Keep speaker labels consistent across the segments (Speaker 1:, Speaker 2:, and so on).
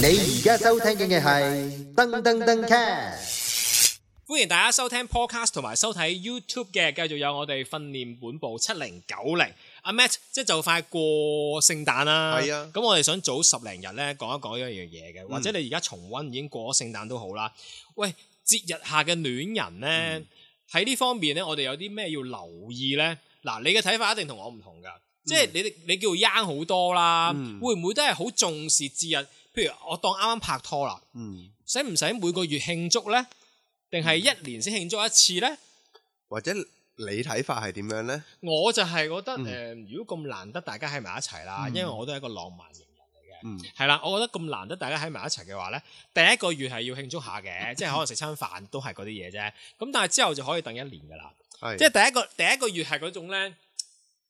Speaker 1: 你而家收聽嘅係噔噔噔 cast，
Speaker 2: 歡迎大家收聽 podcast 同埋收睇 YouTube 嘅，繼續有我哋訓練本部七零九零。阿 Matt 即係就快過聖誕啦，
Speaker 3: 係啊嗯
Speaker 2: 咁我哋想早十零日咧講一講一樣嘢嘅，或者你而家重温已經過咗聖誕都好啦。喂，節日下嘅戀人
Speaker 3: 嗯
Speaker 2: 咧，喺呢、方面咧，我哋有啲咩要留意咧？嗱，你嘅睇法一定同我唔同噶，即係你哋你叫 young 好多啦，
Speaker 3: 嗯
Speaker 2: 會唔會都係好重視節日？譬如我當啱啱拍拖啦。
Speaker 3: 嗯，
Speaker 2: 使唔使每個月慶祝呢？定係一年先慶祝一次呢？
Speaker 3: 或者你睇法係點樣咧？
Speaker 2: 我就係覺得誒、
Speaker 3: 嗯
Speaker 2: 呃如果咁難得大家喺埋一齊啦，
Speaker 3: 嗯
Speaker 2: 因為我都係一個浪漫型人嚟嘅，
Speaker 3: 嗯
Speaker 2: 係啦，我覺得咁難得大家喺埋一齊嘅話呢，第一個月係要慶祝下 嘅，即係可能食餐飯都係嗰啲嘢啫。咁但係之後就可以等一年噶啦，
Speaker 3: 係
Speaker 2: 即係第一個第一個月係嗰種呢，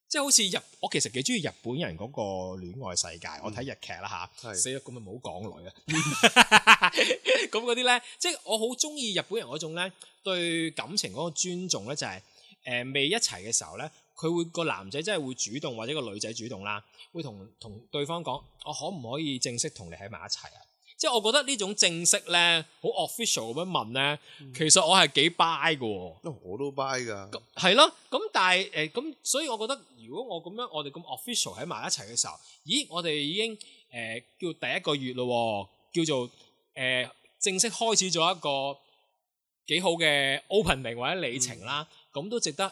Speaker 2: 即係好似日，我其實幾中意日本人嗰個戀愛世界，我睇日劇啦吓。
Speaker 3: 係
Speaker 2: 死啦！咁咪冇講女啊！ 咁嗰啲咧，即係我好中意日本人嗰種咧，對感情嗰個尊重咧，就係、呃未一齊嘅時候咧，佢會個男仔真係會主動，或者個女仔主動啦，會同同對方講：我可唔可以正式同你喺埋一齊啊？即係我覺得呢種正式咧，好 official 咁樣問咧，其實我係幾 buy 嘅喎。
Speaker 3: 哦我都 buy 㗎，
Speaker 2: 咁係咯，咁但係誒咁，所以我覺得如果我咁樣，我哋咁 official 喺埋一齊嘅時候，咦，我哋已經誒、呃叫第一個月咯喎，叫做誒、呃正式開始咗一個幾好嘅 opening 或者里程啦，咁、都值得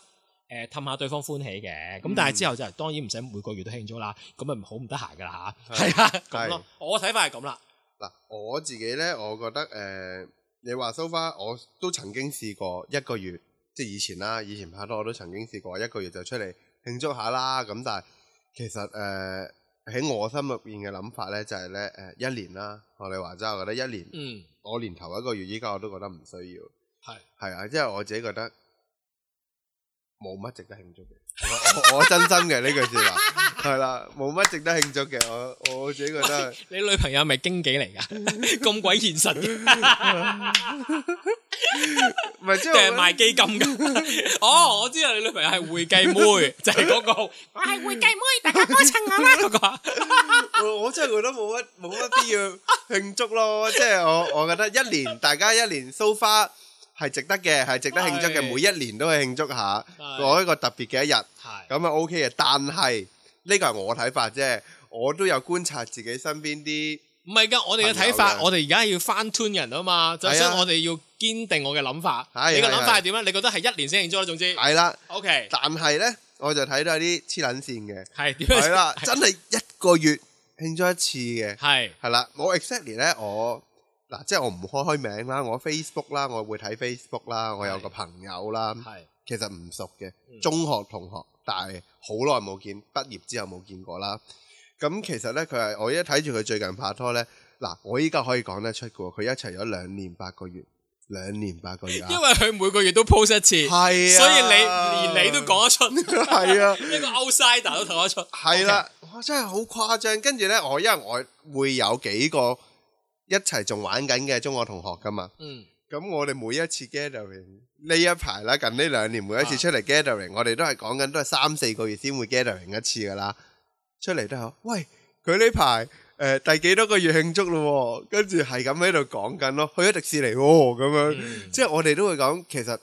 Speaker 2: 誒氹、下對方歡喜嘅。咁但係之後就係當然唔使每個月都慶祝啦，咁咪唔好唔得閒噶啦嚇。
Speaker 3: 係
Speaker 2: 係啊，咁咯，我睇法係咁啦。
Speaker 3: 嗱，我自己咧，我覺得誒、呃你話 so far，我都曾經試過一個月，即係以前啦，以前拍拖我都曾經試過一個月就出嚟慶祝下啦。咁但係其實誒喺、我心入邊嘅諗法咧，就係咧誒一年啦，學你話齋，我覺得一年，
Speaker 2: 嗯，
Speaker 3: 我年頭一個月，依家我都覺得唔需要。
Speaker 2: 係
Speaker 3: 係啊，即係我自己覺得冇乜值得慶祝嘅。我我我真心嘅呢句説 話係啦，冇乜值得慶祝嘅。我我自己覺得。
Speaker 2: 你女朋友係咪經紀嚟㗎？咁鬼現實嘅。
Speaker 3: 唔係即
Speaker 2: 定係
Speaker 3: 係
Speaker 2: 賣基金噶？ 哦，我知道你女朋友係會計 妹，就係嗰個，我係會計妹，大家幫襯我啦 嗰個。
Speaker 3: 我我真係覺得冇乜冇乜必要慶祝 咯。即係我我覺得一年大家一年 so far 係值得嘅，係值得慶祝
Speaker 2: 係
Speaker 3: 嘅。每一年都去慶祝下，
Speaker 2: 係
Speaker 3: 攞一個特別嘅一日，
Speaker 2: 係
Speaker 3: 咁啊 OK 嘅。但係呢個係我睇法啫，我都有觀察自己身邊啲
Speaker 2: 唔係㗎？我哋嘅睇法，
Speaker 3: 朋友嘅
Speaker 2: 我哋而家要翻 turn 人啊嘛，就所以
Speaker 3: 係啊
Speaker 2: 我哋要堅定我嘅諗法。
Speaker 3: 係
Speaker 2: 你嘅
Speaker 3: 係
Speaker 2: 諗法係點啊咧？你覺得係一年先慶祝啦，總之
Speaker 3: 係啊啦。
Speaker 2: ，OK
Speaker 3: 但係呢，我就睇到有啲黐撚線 嘅，
Speaker 2: 係點樣？
Speaker 3: 係啊啦，真係一個月慶祝一次嘅。
Speaker 2: 係
Speaker 3: 係啦，我 exactly 咧，我嗱，即係我唔開開名啦，我 Facebook 啦，我會睇 Facebook 啦，我有個朋友啦，
Speaker 2: 係
Speaker 3: 其實唔熟嘅
Speaker 2: 嗯，
Speaker 3: 中學同學，但係好耐冇見，畢業之後冇見過啦。咁其實咧，佢係我一睇住佢最近拍拖咧，嗱，我依家可以講得出嘅喎，佢一齊咗兩年八個月，兩年八個月啊
Speaker 2: 因，為佢每個月都 post 一次，
Speaker 3: 係啊，
Speaker 2: 所以你連你都講得出，
Speaker 3: 係啊。
Speaker 2: 一個 outsider 都睇得出。
Speaker 3: 係啦，哇！真係好誇張。跟住呢，我因為我會有幾個一齊仲玩緊嘅中學同學噶嘛，
Speaker 2: 嗯，
Speaker 3: 咁我哋每一次 gathering 呢一排啦，近呢兩年每一
Speaker 2: 啊
Speaker 3: 次出嚟 gathering，、我哋都係講緊都係三四個月先會 gathering 一次噶啦。出嚟都係話，喂，佢呢排誒第幾多個月慶祝咯喎？跟住係咁喺度講緊咯，去咗迪士尼喎、咁樣。
Speaker 2: 嗯
Speaker 3: 即係我哋都會講，其實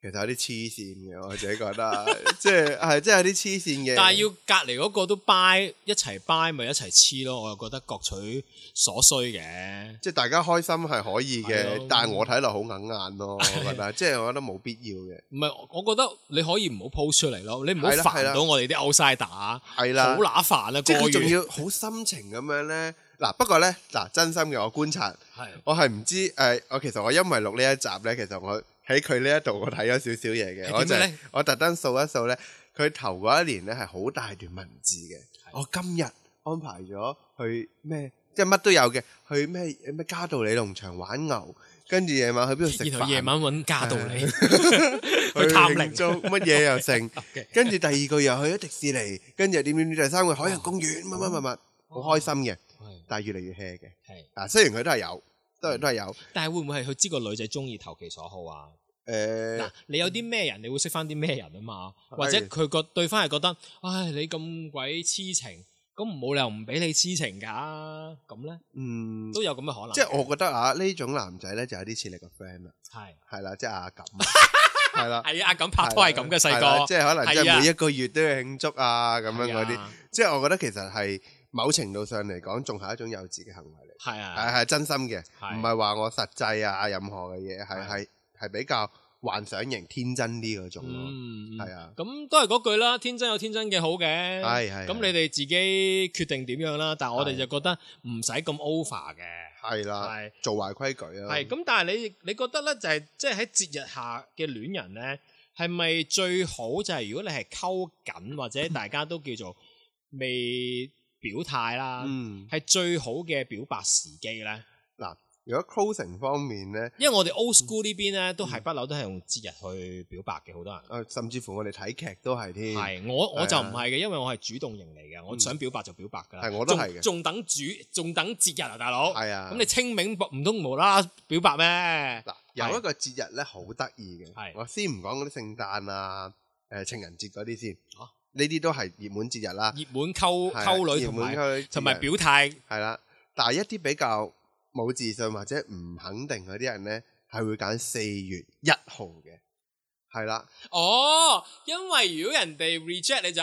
Speaker 3: 其實有啲黐線嘅，我自己覺 得，即係係即係有啲黐線嘅。
Speaker 2: 但係要隔離嗰個都 buy 一齊 buy 咪一齊黐咯，我又覺得各取所需嘅。
Speaker 3: 即係大家開心係可以
Speaker 2: 係啊咯
Speaker 3: 嘅，但係我睇落好硬硬 咯，我覺得，即係我覺得冇必要嘅，
Speaker 2: 唔係，我我覺得你可以唔好 post 出嚟咯，你唔好
Speaker 3: 係啦係
Speaker 2: 煩
Speaker 3: 啦
Speaker 2: 到我哋啲 outsider，好
Speaker 3: 係啦，
Speaker 2: 乸煩啊！
Speaker 3: 即係
Speaker 2: 過
Speaker 3: 佢仲
Speaker 2: 月
Speaker 3: 要好深情咁樣呢。嗱，不過呢，嗱，真心嘅我觀察，
Speaker 2: 係
Speaker 3: 我係唔知誒、呃我其實我因為錄呢一集呢，其實我喺佢呢一度我睇咗少少嘢嘅，我
Speaker 2: 係點嘅
Speaker 3: 就係
Speaker 2: 咧？
Speaker 3: 我特登掃一掃呢，佢頭嗰一年呢係好大段文字嘅。我今日安排咗去咩，即係乜都有嘅，去咩咩嘉道理農場玩牛，跟住夜晚去邊度食
Speaker 2: 然後夜
Speaker 3: 飯。啊
Speaker 2: 晚揾家道 理，
Speaker 3: 去
Speaker 2: 去探靈
Speaker 3: 慶祝乜嘢又成，
Speaker 2: OK
Speaker 3: 跟住第二個又去咗迪士尼，跟住又點點點，第三個海洋公園，乜乜乜乜，好開心嘅，
Speaker 2: 係
Speaker 3: 但係越嚟越 hea 嘅。
Speaker 2: 係，
Speaker 3: 啊，雖然佢都係有，都係都係有，
Speaker 2: 但係會唔會係佢知個女仔中意投其所好啊？
Speaker 3: 誒
Speaker 2: 嗱，你有啲咩人，你會識翻啲咩人啊嘛？
Speaker 3: 係
Speaker 2: 或者佢覺對方係覺得，唉，你咁鬼痴情，咁冇理由唔俾你痴情㗎。啦，咁咧
Speaker 3: 嗯，
Speaker 2: 都有咁嘅可能嘅。
Speaker 3: 即係我覺得啊，呢種男仔咧就有啲似你個 friend 啦，
Speaker 2: 係
Speaker 3: 係啦，即係阿錦，係啦，
Speaker 2: 係啊，咁拍拖係咁嘅細個，
Speaker 3: 即係可能即
Speaker 2: 係啊
Speaker 3: 係每一個月都要慶祝啊咁樣嗰
Speaker 2: 係
Speaker 3: 啲，
Speaker 2: 啊
Speaker 3: 即係我覺得其實係某程度上嚟講，仲係一種幼稚嘅行為嚟，
Speaker 2: 係啊，
Speaker 3: 係係真心嘅，
Speaker 2: 係
Speaker 3: 唔係話我實際啊任何嘅嘢，係
Speaker 2: 係
Speaker 3: 係係比較幻想型、天真啲嗰種咯，
Speaker 2: 嗯，嗯
Speaker 3: 係啊，
Speaker 2: 咁都係嗰句啦，天真有天真嘅好嘅，
Speaker 3: 係係
Speaker 2: 咁
Speaker 3: 係
Speaker 2: 你哋自己決定點樣啦，但係我哋
Speaker 3: 係
Speaker 2: 就覺得唔使咁 over 嘅，
Speaker 3: 係啦，
Speaker 2: 係
Speaker 3: 做壞規矩啊，
Speaker 2: 係咁，但係你你覺得咧就係即係喺節日下嘅戀人咧，係咪最好就係如果你係溝緊或者大家都叫做未表態啦，
Speaker 3: 嗯，
Speaker 2: 係、最好嘅表白時機咧？
Speaker 3: 如果 closing 方面咧。
Speaker 2: 因為我哋 old school 呢邊咧都
Speaker 3: 嗯
Speaker 2: 係不嬲都係用節日去表白嘅，好多人。
Speaker 3: 啊，甚至乎我哋睇劇都係添，
Speaker 2: 係我我
Speaker 3: 係
Speaker 2: 就
Speaker 3: 啊嗯
Speaker 2: 唔係嘅，因為我係主動型嚟嘅，我想表白就表白㗎啦。
Speaker 3: 係我都係
Speaker 2: 仲
Speaker 3: 嘅
Speaker 2: 仲等主仲等節日啊，大佬。
Speaker 3: 係啊。
Speaker 2: 咁你清明唔通無啦啦表白咩？
Speaker 3: 嗱有一個節日咧好得意
Speaker 2: 係
Speaker 3: 嘅，我先唔講嗰啲聖誕啊、誒情人節嗰啲先
Speaker 2: 哦，
Speaker 3: 呢啲都係熱門節日啦，
Speaker 2: 熱門溝
Speaker 3: 係啊
Speaker 2: 溝女
Speaker 3: 熱
Speaker 2: 同
Speaker 3: 門
Speaker 2: 埋
Speaker 3: 溝女節日
Speaker 2: 同埋表態
Speaker 3: 係啦，但係一啲比較冇自信或者唔肯定嗰啲人咧，係會揀四月一號嘅，係啦，
Speaker 2: 哦，因為如果人哋 reject 你就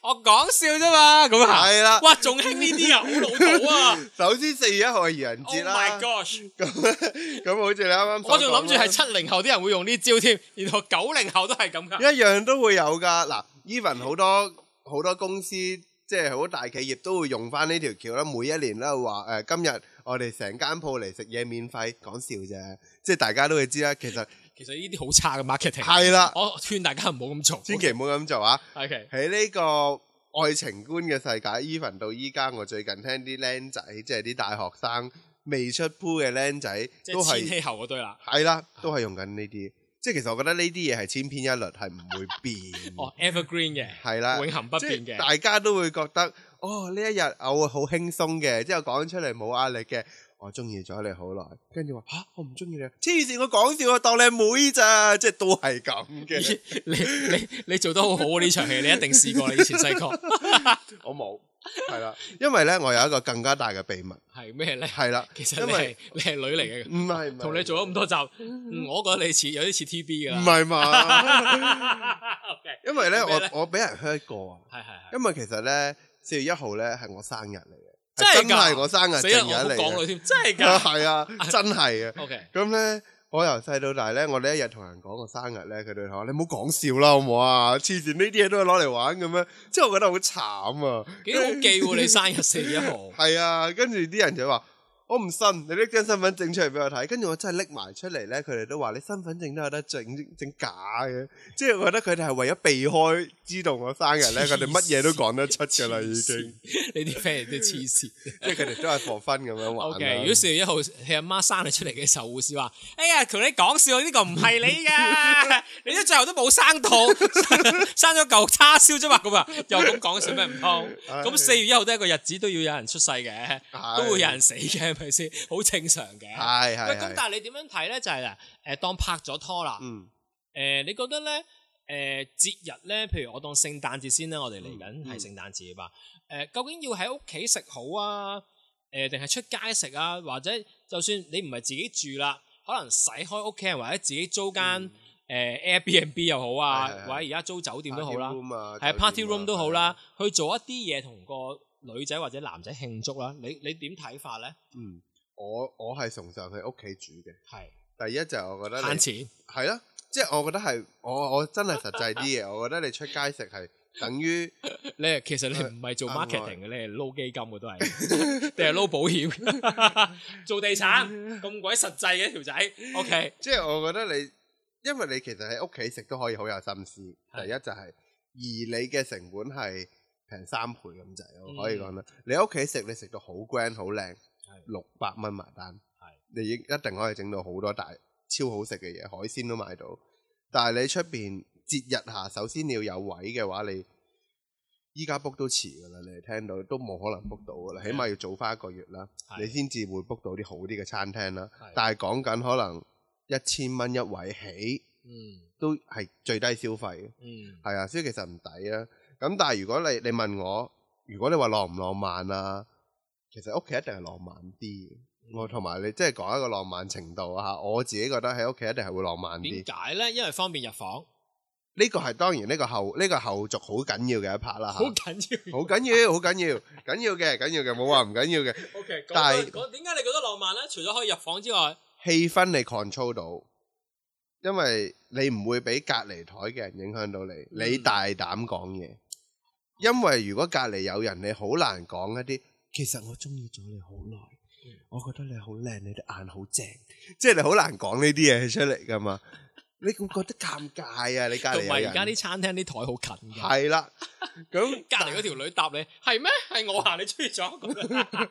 Speaker 2: 我講笑啫嘛，咁啊，
Speaker 3: 係啦。
Speaker 2: 哇，仲興呢啲啊，好老土 啊
Speaker 3: 首先四月一號係愚人
Speaker 2: ！Oh
Speaker 3: 節
Speaker 2: my
Speaker 3: 啦，
Speaker 2: gosh！
Speaker 3: 咁 呢咁好似你啱啱所
Speaker 2: 我仲諗
Speaker 3: 講
Speaker 2: 住
Speaker 3: 啦
Speaker 2: 係七零後啲人會用呢招添，然後九零後都係咁噶。
Speaker 3: 一樣都會有㗎。嗱，even 好多好多公司，即係好大企業都會用翻呢條橋啦。每一年都會話誒，今日我哋成間鋪嚟食嘢免費，講笑啫。即係大家都會知啦。其 實
Speaker 2: 其實呢啲好差嘅 marketing，
Speaker 3: 係啦，
Speaker 2: 我勸大家唔好咁做。
Speaker 3: 千祈唔好咁做啊！
Speaker 2: OK，
Speaker 3: 喺呢個愛情觀嘅世界，even 到依家，我最近聽啲僆仔，即係啲大學生未出 pool 嘅僆仔，
Speaker 2: 即
Speaker 3: 都
Speaker 2: 係千
Speaker 3: 係
Speaker 2: 禧後嗰堆啦。
Speaker 3: 係啦，都係用緊呢啲。即係其實我覺得呢啲嘢係千篇一律，係唔會變
Speaker 2: 哦。，evergreen 嘅，
Speaker 3: 係啦，
Speaker 2: 永恆不
Speaker 3: 啊即
Speaker 2: 變
Speaker 3: 係
Speaker 2: 嘅。
Speaker 3: 大家都會覺得哦，呢一日我會好輕鬆嘅，之後講出嚟冇壓力嘅。我中意咗你好耐，跟住話吓我唔中意你，黐線！我講笑，我當你係妹咋，即係都係咁嘅。
Speaker 2: 咦你你你做得好好啊呢場戲，你一定試過啦。以前細 個
Speaker 3: 我冇，係啦，因為呢，我有一個更加大嘅秘密，
Speaker 2: 係咩咧？
Speaker 3: 係啦，
Speaker 2: 其實你
Speaker 3: 因為
Speaker 2: 係你係女嚟嘅，
Speaker 3: 唔係唔係
Speaker 2: 同你做咗咁多集，嗯我覺得你似有啲似 TB
Speaker 3: 唔
Speaker 2: 噶啦。
Speaker 3: 係嘛？
Speaker 2: OK，
Speaker 3: 因為呢，
Speaker 2: 咩呢
Speaker 3: 我我俾人 hurt 過啊，
Speaker 2: 係係
Speaker 3: 因為其實呢，四月一號呢係我生日嚟嘅，
Speaker 2: 真係㗎
Speaker 3: 係真係我生日
Speaker 2: 係，死
Speaker 3: 正
Speaker 2: 啦！
Speaker 3: 日
Speaker 2: 我
Speaker 3: 嚟
Speaker 2: 冇講女
Speaker 3: 嘅，
Speaker 2: 添，真係㗎。
Speaker 3: 係啊，真係嘅。
Speaker 2: OK，
Speaker 3: 咁咧，我由細到大咧，我呢一日同人講我生日咧，佢哋話你唔好講笑啦，好唔好啊？黐線呢啲嘢都係攞嚟玩咁樣，即係我覺得好慘啊！
Speaker 2: 幾好記喎！你生日四月一號，
Speaker 3: 係啊，跟住啲人就話我唔信，你拎張身份證出嚟俾我睇，跟住我真係拎埋出嚟咧，佢哋都話你身份證都有得整整假嘅，即係我覺得佢哋係為咗避開知道我生日咧，佢 哋乜嘢都講得出㗎啦，已經，
Speaker 2: 你啲 friend 都黐線。
Speaker 3: 即係佢哋都係防婚咁樣玩
Speaker 2: O
Speaker 3: 啊啦。
Speaker 2: K，如果四月一號你阿媽生你出嚟嘅時候，護士話：哎呀，同你講笑，呢、個唔係你 噶，你都最後都冇生到， 生咗嚿叉燒啫嘛，咁啊，又咁講笑咩唔通？
Speaker 3: 唉
Speaker 2: 咁四月一號都係一個日子，都要有人出世嘅，
Speaker 3: 係
Speaker 2: 都會有人死嘅，係咪先？好正常嘅。
Speaker 3: 係
Speaker 2: 喂，
Speaker 3: 係
Speaker 2: 咁
Speaker 3: 係，
Speaker 2: 但係你點樣睇咧？就係、啦，誒當拍咗拖啦，誒、
Speaker 3: 嗯
Speaker 2: 你覺得咧？誒、節日咧，譬如我當聖誕節先啦，我哋嚟緊
Speaker 3: 嗯
Speaker 2: 係聖誕節啊吧。誒、究竟要喺屋企食好啊？誒定係出街食啊？或者就算你唔係自己住啦，可能使開屋企人或者自己租間誒、Airbnb 又好啊，
Speaker 3: 嗯係係
Speaker 2: 或
Speaker 3: 係
Speaker 2: 者而家租酒店都好啦，
Speaker 3: party room 啊
Speaker 2: 係 party
Speaker 3: 酒店啊
Speaker 2: room 都好啦，去做一啲嘢同個女仔或者男仔慶祝啦。你你點睇法咧？
Speaker 3: 嗯，我我係崇尚喺屋企煮嘅。
Speaker 2: 係
Speaker 3: 第一就係我覺得
Speaker 2: 慳
Speaker 3: 你
Speaker 2: 錢
Speaker 3: 係啦，即係我覺得係我我真係實際啲嘅。我覺得你出街食係等於
Speaker 2: 你係其實你
Speaker 3: 誒
Speaker 2: 唔係做
Speaker 3: 啱
Speaker 2: marketing 嘅，你係撈基金嘅都係， 定係撈保險、 做地產咁鬼實際嘅條仔。OK，
Speaker 3: 即係我覺得你，因為你其實喺屋企食都可以好有心思。
Speaker 2: 係
Speaker 3: 第一就係、而你嘅成本係平三倍咁滯，
Speaker 2: 嗯
Speaker 3: 我可以講啦。你喺屋企食你食到好 grand 好靚，六百蚊埋單
Speaker 2: 係，
Speaker 3: 你已一定可以整到好多大超好食嘅嘢，海鮮都買到。但係你出邊節日下，首先你要有位嘅話，你依家 book 都遲㗎啦，你哋聽到都冇可能 book 到㗎啦，起碼要早翻一個月啦，
Speaker 2: 係
Speaker 3: 你先至會 book 到啲好啲嘅餐廳啦
Speaker 2: 係。
Speaker 3: 但係講緊可能一千蚊一位起，
Speaker 2: 嗯
Speaker 3: 都係最低消費嘅。
Speaker 2: 嗯，
Speaker 3: 係啊，所以其實唔抵啊。咁但係如果你你問我，如果你話浪唔浪漫啊，其實屋企一定係浪漫啲嘅。我同埋你即係講一個浪漫程度啊！我自己覺得喺屋企一定係會浪漫啲
Speaker 2: 點。解咧？因為方便入房，
Speaker 3: 呢個係當然呢個後呢、個後續好緊要嘅一 part 啦嚇，
Speaker 2: 好緊要。
Speaker 3: 好緊要，好緊要，緊要嘅，緊要嘅，冇話唔緊要嘅。
Speaker 2: O K，
Speaker 3: 但
Speaker 2: 但
Speaker 3: 係
Speaker 2: 係點解你覺得浪漫咧？除咗可以入房之外，
Speaker 3: 氣氛你 control 到，因為你唔會俾隔離台嘅人影響到你，你大膽講嘢。因為如果隔離有人，你好難講一啲。其實我中意咗你好耐，我覺得你好靚，你對眼好正，即係你好難講呢啲嘢出嚟噶嘛。你會覺得尷尬啊！你隔離
Speaker 2: 同埋
Speaker 3: 有
Speaker 2: 而家
Speaker 3: 人
Speaker 2: 啲餐廳啲台好近嘅。
Speaker 3: 係啦，咁
Speaker 2: 隔離嗰條女答你係咩？係我啊！你中意 咗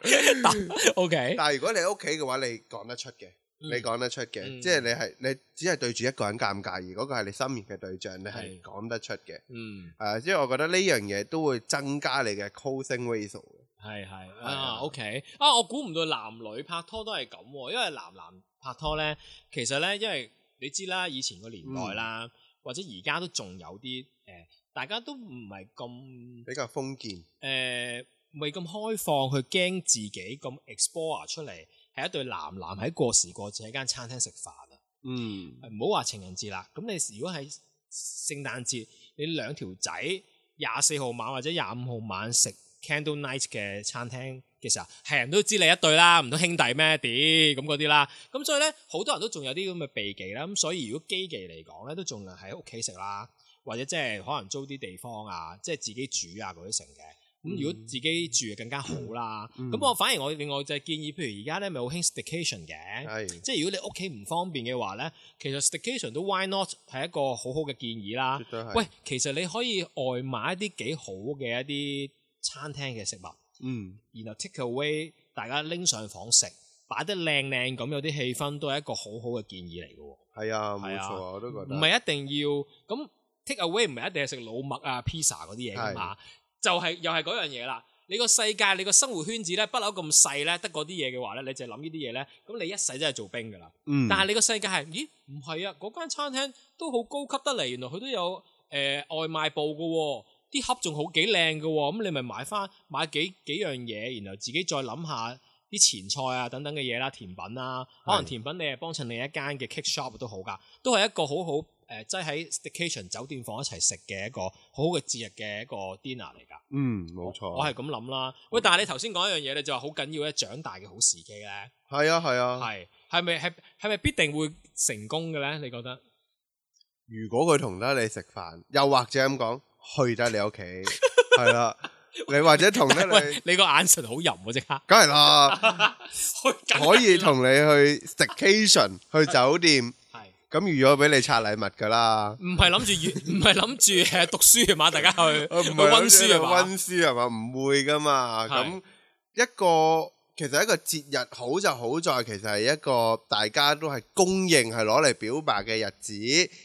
Speaker 2: 咁 O K，
Speaker 3: 但係如果你喺屋企嘅話，你講得出嘅，
Speaker 2: 嗯
Speaker 3: 你講得出嘅，
Speaker 2: 嗯
Speaker 3: 即係你係你只係對住一個人尷尬，而嗰個係你心儀嘅對象，你
Speaker 2: 係
Speaker 3: 係講得出嘅。
Speaker 2: 嗯，
Speaker 3: 係啊，即係我覺得呢樣嘢都會增加你嘅
Speaker 2: 嗯
Speaker 3: closing ratio。
Speaker 2: 係係
Speaker 3: 係
Speaker 2: 啊
Speaker 3: 啊
Speaker 2: ，O K 啊，我估唔到男女拍拖都係咁喎，因為男男拍拖咧，其實咧，因為你知啦，以前個年代啦，嗯或者而家都仲有啲誒、呃大家都唔係咁
Speaker 3: 比較封建。
Speaker 2: 誒，唔係咁開放去驚自己咁 explore 出嚟，係一對男男喺過時過節喺間餐廳食飯啊！
Speaker 3: 嗯，
Speaker 2: 唔好話情人節啦，咁你如果係聖誕節，你兩條仔廿四號晚或者廿五號晚食 Candle Night 嘅餐廳嘅時候，係人都知你一對啦，唔通兄弟咩？屌咁嗰啲啦，咁所以咧好多人都仲有啲咁嘅避忌啦，咁所以如果基忌嚟講咧，都仲係喺屋企食啦，或者即係可能租啲地方啊，即係自己煮啊嗰啲成嘅。咁如果自己住就更加好啦。
Speaker 3: 嗯
Speaker 2: 咁、我反而我另外就係建議，譬如而家咧咪好興 staycation 嘅。
Speaker 3: 係
Speaker 2: 即係如果你屋企唔方便嘅話咧，其實 staycation 都 why not 係一個好好嘅建議啦
Speaker 3: 絕。對係。
Speaker 2: 啊喂，，其實你可以外買一啲幾好嘅一啲餐廳嘅食物，
Speaker 3: 嗯，
Speaker 2: 然後 take away 大家拎上房食，擺得靚靚咁，有啲氣氛都係一個好好嘅建議嚟嘅喎。
Speaker 3: 係啊，冇
Speaker 2: 係啊
Speaker 3: 錯，我都覺
Speaker 2: 唔
Speaker 3: 得。
Speaker 2: 係一定要咁 take away，唔係一定係食老麥啊、pizza 嗰啲嘢㗎嘛，就係又係嗰樣嘢啦。你個世界、你個生活圈子咧，不嬲咁細咧，得嗰啲嘢嘅話咧，你就諗呢啲嘢咧，咁你一世真係做兵㗎啦。
Speaker 3: 嗯，
Speaker 2: 但係你個世界係，咦？唔係啊，嗰間餐廳都好高級得嚟，原來佢都有诶外賣部噶、喎，啲盒仲好幾靚噶，喎，咁你咪買翻買幾幾樣嘢，然後自己再諗下啲前菜啊等等嘅嘢啦，甜品啦、可能
Speaker 3: 係
Speaker 2: 甜品你係幫襯另一間嘅 cake shop 都好噶，都係一個好好诶，即喺 station 酒店房一齊食嘅一個好好嘅節日嘅一個 dinner 嚟㗎。
Speaker 3: 嗯，冇錯。
Speaker 2: 我係咁諗啦。喂，但係你頭先講一樣嘢，你就話好緊要咧，長大嘅好時機咧。
Speaker 3: 係啊，係啊。
Speaker 2: 系系咪系系咪必定會成功嘅咧？你覺得？
Speaker 3: 如果佢同得你食飯，又或者咁講，去得你屋企， 係啦。你或者同得
Speaker 2: 喂
Speaker 3: 你，，
Speaker 2: 你個眼神好淫喎，即刻
Speaker 3: 梗係啦， 可
Speaker 2: 可
Speaker 3: 以同你去 station 去酒店，
Speaker 2: 系
Speaker 3: 咁預咗俾你拆禮物㗎 啦。
Speaker 2: 唔係諗住 唔係諗住诶讀書嘅嘛？大家去
Speaker 3: 啊唔
Speaker 2: 去
Speaker 3: 係
Speaker 2: 温
Speaker 3: 温
Speaker 2: 書
Speaker 3: 書
Speaker 2: 嘅
Speaker 3: 係
Speaker 2: 嘛？
Speaker 3: 温書係嘛？唔會噶嘛。
Speaker 2: 係
Speaker 3: 咁一個其實一個節日好就好在，其實係一個大家都係公認係攞嚟表白嘅日子、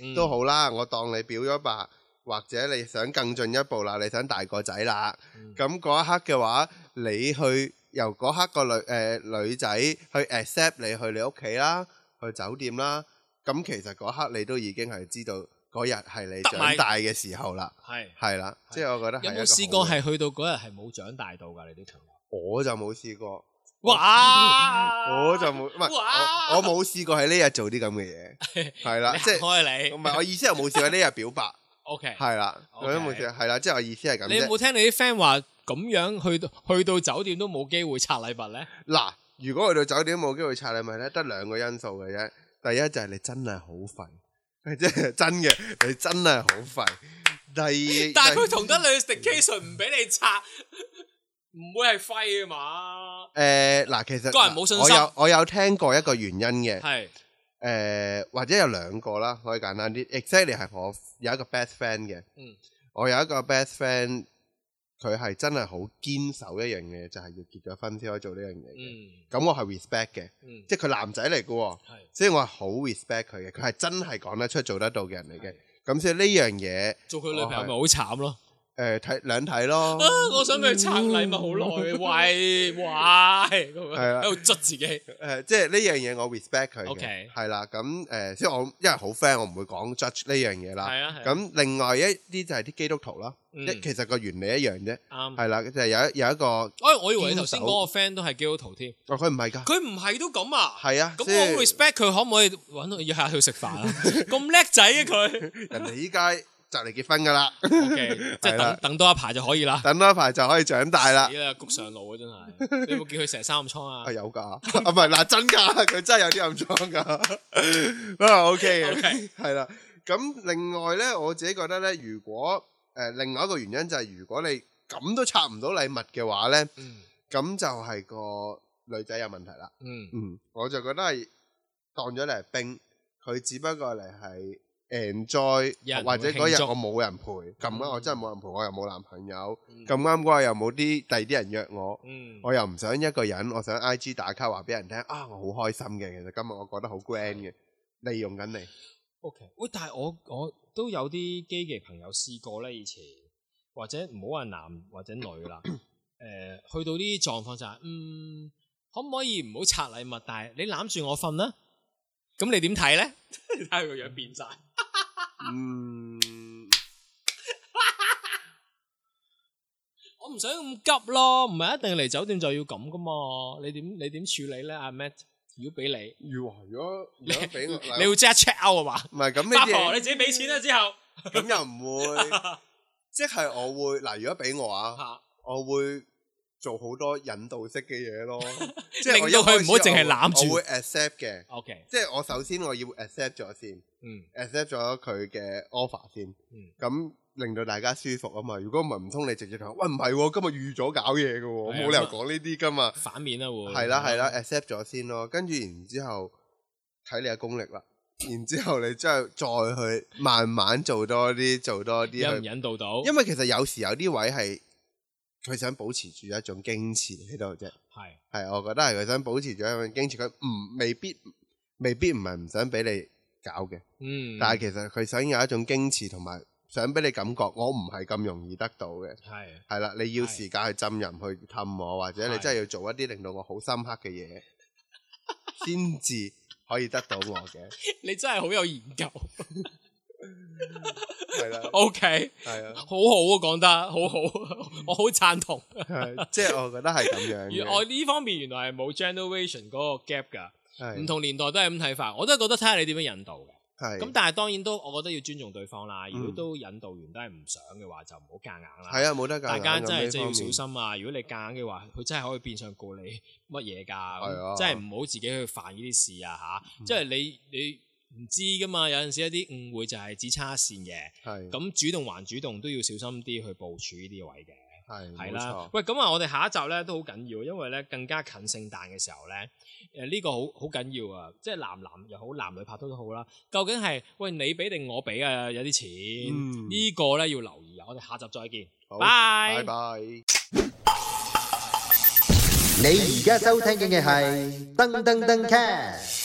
Speaker 2: 嗯
Speaker 3: 都好啦。我當你表咗白，或者你想更進一步啦，你想大個仔啦，
Speaker 2: 嗯
Speaker 3: 咁嗰一刻嘅話，你去由嗰刻個女誒、呃女仔去 accept 你去你屋企啦，去酒店啦。咁其實嗰刻你都已經係知道嗰日係你
Speaker 2: 得咪
Speaker 3: 長大嘅時候啦。
Speaker 2: 係
Speaker 3: 係啦，
Speaker 2: 係
Speaker 3: 即係我覺得
Speaker 2: 有
Speaker 3: 係
Speaker 2: 冇
Speaker 3: 試
Speaker 2: 試過？係去到嗰日係冇長大到㗎？你啲朋友？
Speaker 3: 我就冇試過，
Speaker 2: 哇！
Speaker 3: 我就冇唔係
Speaker 2: 哇
Speaker 3: 我我冇試過喺呢日做啲咁嘅嘢，係啦，即
Speaker 2: 即
Speaker 3: 係
Speaker 2: 開
Speaker 3: 唔
Speaker 2: 你
Speaker 3: 係我意思係冇試過喺呢日表白，
Speaker 2: OK。
Speaker 3: 係啦，
Speaker 2: OK
Speaker 3: 我都冇試過，係啦，即係我意思係咁
Speaker 2: 你有
Speaker 3: 啫。
Speaker 2: 冇聽你啲 friend 話咁樣去到去到酒店都冇機會拆禮物咧？
Speaker 3: 嗱，如果去到酒店冇機會拆禮物咧，得兩個因素嘅啫。第一就係你真係好廢，即係真嘅，你真係好廢。第 二，
Speaker 2: 但係佢
Speaker 3: 第
Speaker 2: 同得你 station 唔俾你拆，唔會係廢啊嘛？
Speaker 3: 誒嗱，其實
Speaker 2: 個人冇信心
Speaker 3: 我有我有聽過一個原因嘅。
Speaker 2: 係。
Speaker 3: 誒、或者有兩個啦，可以簡單啲。exactly 係我有一個 best friend 嘅，
Speaker 2: 嗯
Speaker 3: 我有一個 best friend，佢係真係好堅守一樣嘢，就係、要結咗婚先可以做呢樣嘢嘅。
Speaker 2: 嗯
Speaker 3: 咁、我係 respect 嘅，
Speaker 2: 嗯，
Speaker 3: 即係佢男仔嚟嘅喎，
Speaker 2: 係
Speaker 3: 所以我係好 respect 佢嘅，佢係真係講得出做得到嘅人嚟嘅。咁所以呢樣嘢，誒、
Speaker 2: 做佢女朋友咪好慘咯。
Speaker 3: 诶睇兩睇咯
Speaker 2: 哦啊！， 我想佢拆禮物好耐，喂喂咁
Speaker 3: 係
Speaker 2: 樣喺
Speaker 3: 啦
Speaker 2: 度捽自己。
Speaker 3: 诶即係呢樣嘢我 respect 佢
Speaker 2: OK
Speaker 3: 嘅，係啦，咁诶即係我因為好 friend，我唔會講 judge 呢樣嘢啦。
Speaker 2: 係啊，嗯咁
Speaker 3: 咁另外一啲就係啲基督徒啦，一
Speaker 2: 啱。
Speaker 3: 其實個原理一樣啫，
Speaker 2: 嗯
Speaker 3: 係啦，就係有一有一個，
Speaker 2: 哎，我以為你頭先嗰個 friend 都係基督徒添，
Speaker 3: 哦佢唔係㗎，
Speaker 2: 佢唔係都咁啊。
Speaker 3: 係啊，
Speaker 2: 咁
Speaker 3: 即
Speaker 2: 我好
Speaker 3: 係
Speaker 2: respect 佢可唔可以揾佢約下去食飯 啊？咁叻仔啊佢
Speaker 3: 人哋依家就嚟結婚㗎啦，
Speaker 2: ，OK，即係
Speaker 3: 係
Speaker 2: 等
Speaker 3: 啦
Speaker 2: 等多一排就可以啦。
Speaker 3: 等多一排就可以長大啦
Speaker 2: 死。啦，谷上路啊真係，你有冇見佢成日生暗瘡啊
Speaker 3: 啊？有噶，啊唔係嗱真㗎，佢真係有啲暗瘡㗎，啊 OK 嘅
Speaker 2: OK
Speaker 3: 係啦。咁另外咧，我自己覺得咧，如果誒、呃另外一個原因就係如果你咁都拆唔到禮物嘅話咧，
Speaker 2: 嗯
Speaker 3: 咁就係個女仔有問題啦。
Speaker 2: 嗯
Speaker 3: 嗯，我就覺得係當咗你係兵，佢只不過嚟係 enjoy，
Speaker 2: 有人同佢
Speaker 3: 或者
Speaker 2: 慶
Speaker 3: 嗰日
Speaker 2: 祝
Speaker 3: 我冇人陪，咁啱我
Speaker 2: 嗯
Speaker 3: 真係冇人陪，我又冇男朋友，
Speaker 2: 嗯
Speaker 3: 咁啱嗰日又冇啲第二啲人約我。
Speaker 2: 嗯
Speaker 3: 我又唔想一個人，我想 I G 打卡話俾人聽啊，我好開心嘅。其實今日我覺得好 grand 嘅，利用緊你。
Speaker 2: OK，喂，但係我我都有啲基嘅朋友試過咧，以前或者唔好話男或者女 啦，誒、去到啲狀況就係、嗯，可唔可以唔好拆禮物，但係你攬住我瞓啦，咁你點睇咧？睇佢個樣變晒，啊
Speaker 3: 嗯，
Speaker 2: 我唔想咁急咯，唔係一定嚟酒店就要咁噶嘛，你點你點處理咧？阿 Matt，如果俾你，
Speaker 3: 如果如果如果俾我，
Speaker 2: 你會即啊刻 check out 啊嘛？
Speaker 3: 唔係咁呢
Speaker 2: 八
Speaker 3: 啲
Speaker 2: 婆
Speaker 3: 嘢
Speaker 2: 你自己俾錢啦之後，
Speaker 3: 咁又唔會，即係我會嗱，如果俾 我啊，
Speaker 2: 嚇
Speaker 3: 我會做好多引導式嘅嘢 咯，即係
Speaker 2: 令
Speaker 3: 我一
Speaker 2: 到佢唔好
Speaker 3: 開始
Speaker 2: 淨係攬住
Speaker 3: 我會我會 accept 嘅，
Speaker 2: ，OK，
Speaker 3: 即係我首先我要 accept 咗先。
Speaker 2: 嗯
Speaker 3: accept 咗佢嘅 offer 先
Speaker 2: 嗯，
Speaker 3: 咁、令到大家舒服啊嘛。如果唔係唔通你直接同佢喂唔係喎，今日預咗搞嘢嘅喎，我
Speaker 2: 係啊
Speaker 3: 冇理由講呢啲噶嘛。
Speaker 2: 反面啦會，
Speaker 3: 係啦係啦，accept 咗先咯，跟住然之後睇你嘅功力啦。然之後你之後再去慢慢做多啲，做多
Speaker 2: 引
Speaker 3: 啲
Speaker 2: 唔
Speaker 3: 去，
Speaker 2: 引導到？
Speaker 3: 因為其實有時有啲位係佢想保持住一種矜持喺度啫。
Speaker 2: 係。
Speaker 3: 係，我覺得係佢想保持住一種矜持，佢唔未必未必唔係唔想俾你搞嘅。
Speaker 2: 嗯，
Speaker 3: 但係其實佢想有一種矜持同埋想俾你感覺，我唔係咁容易得到嘅。
Speaker 2: 系
Speaker 3: 係啦，你要
Speaker 2: 係
Speaker 3: 時間去浸淫去氹我，或者你
Speaker 2: 係
Speaker 3: 真係要做一啲令到我好深刻嘅嘢，先至可以得到我嘅。
Speaker 2: 你真係好有研究。
Speaker 3: 係啦，
Speaker 2: O K，
Speaker 3: 係
Speaker 2: 好
Speaker 3: 啊
Speaker 2: 好啊，講得好好，我好贊同。
Speaker 3: 係， 即係我覺得係咁樣
Speaker 2: 原
Speaker 3: 嘅
Speaker 2: 我呢方面原來係冇 generation 嗰個 gap 噶，唔
Speaker 3: 係。
Speaker 2: 同年代都係咁睇法。我都係覺得睇下你點樣引導嘅。
Speaker 3: 係
Speaker 2: 咁但係當然都，我覺得要尊重對方啦。如果
Speaker 3: 嗯
Speaker 2: 都引導完都係唔想嘅話，就唔好夾硬啦。
Speaker 3: 係啊，冇得
Speaker 2: 大
Speaker 3: 揀。
Speaker 2: 家真係
Speaker 3: 係
Speaker 2: 真係要小心啊！如果你夾硬嘅話，佢真係可以變相告你乜嘢
Speaker 3: 係
Speaker 2: 㗎，
Speaker 3: 啊嗯
Speaker 2: 即係唔好自己去犯呢啲事啊吓，即係你你唔知㗎嘛，有陣時一啲誤會就係只差一線嘅。
Speaker 3: 係
Speaker 2: 咁主動還主動都要小心啲去部署呢啲位嘅，
Speaker 3: 係
Speaker 2: 係
Speaker 3: 冇
Speaker 2: 啦
Speaker 3: 錯。
Speaker 2: 喂，咁啊，我哋下一集咧都好緊要，因為咧更加近聖誕嘅時候咧，誒、呢、個好好緊要啊！即係男男又好，男女拍拖都好啦。究竟係喂你俾定我俾啊？有啲錢、
Speaker 3: 嗯
Speaker 2: 呢個咧要留意啊！我哋下集再見，
Speaker 3: 好
Speaker 2: 拜
Speaker 3: 拜。拜。
Speaker 1: 你而家收聽嘅係噔噔噔 cast。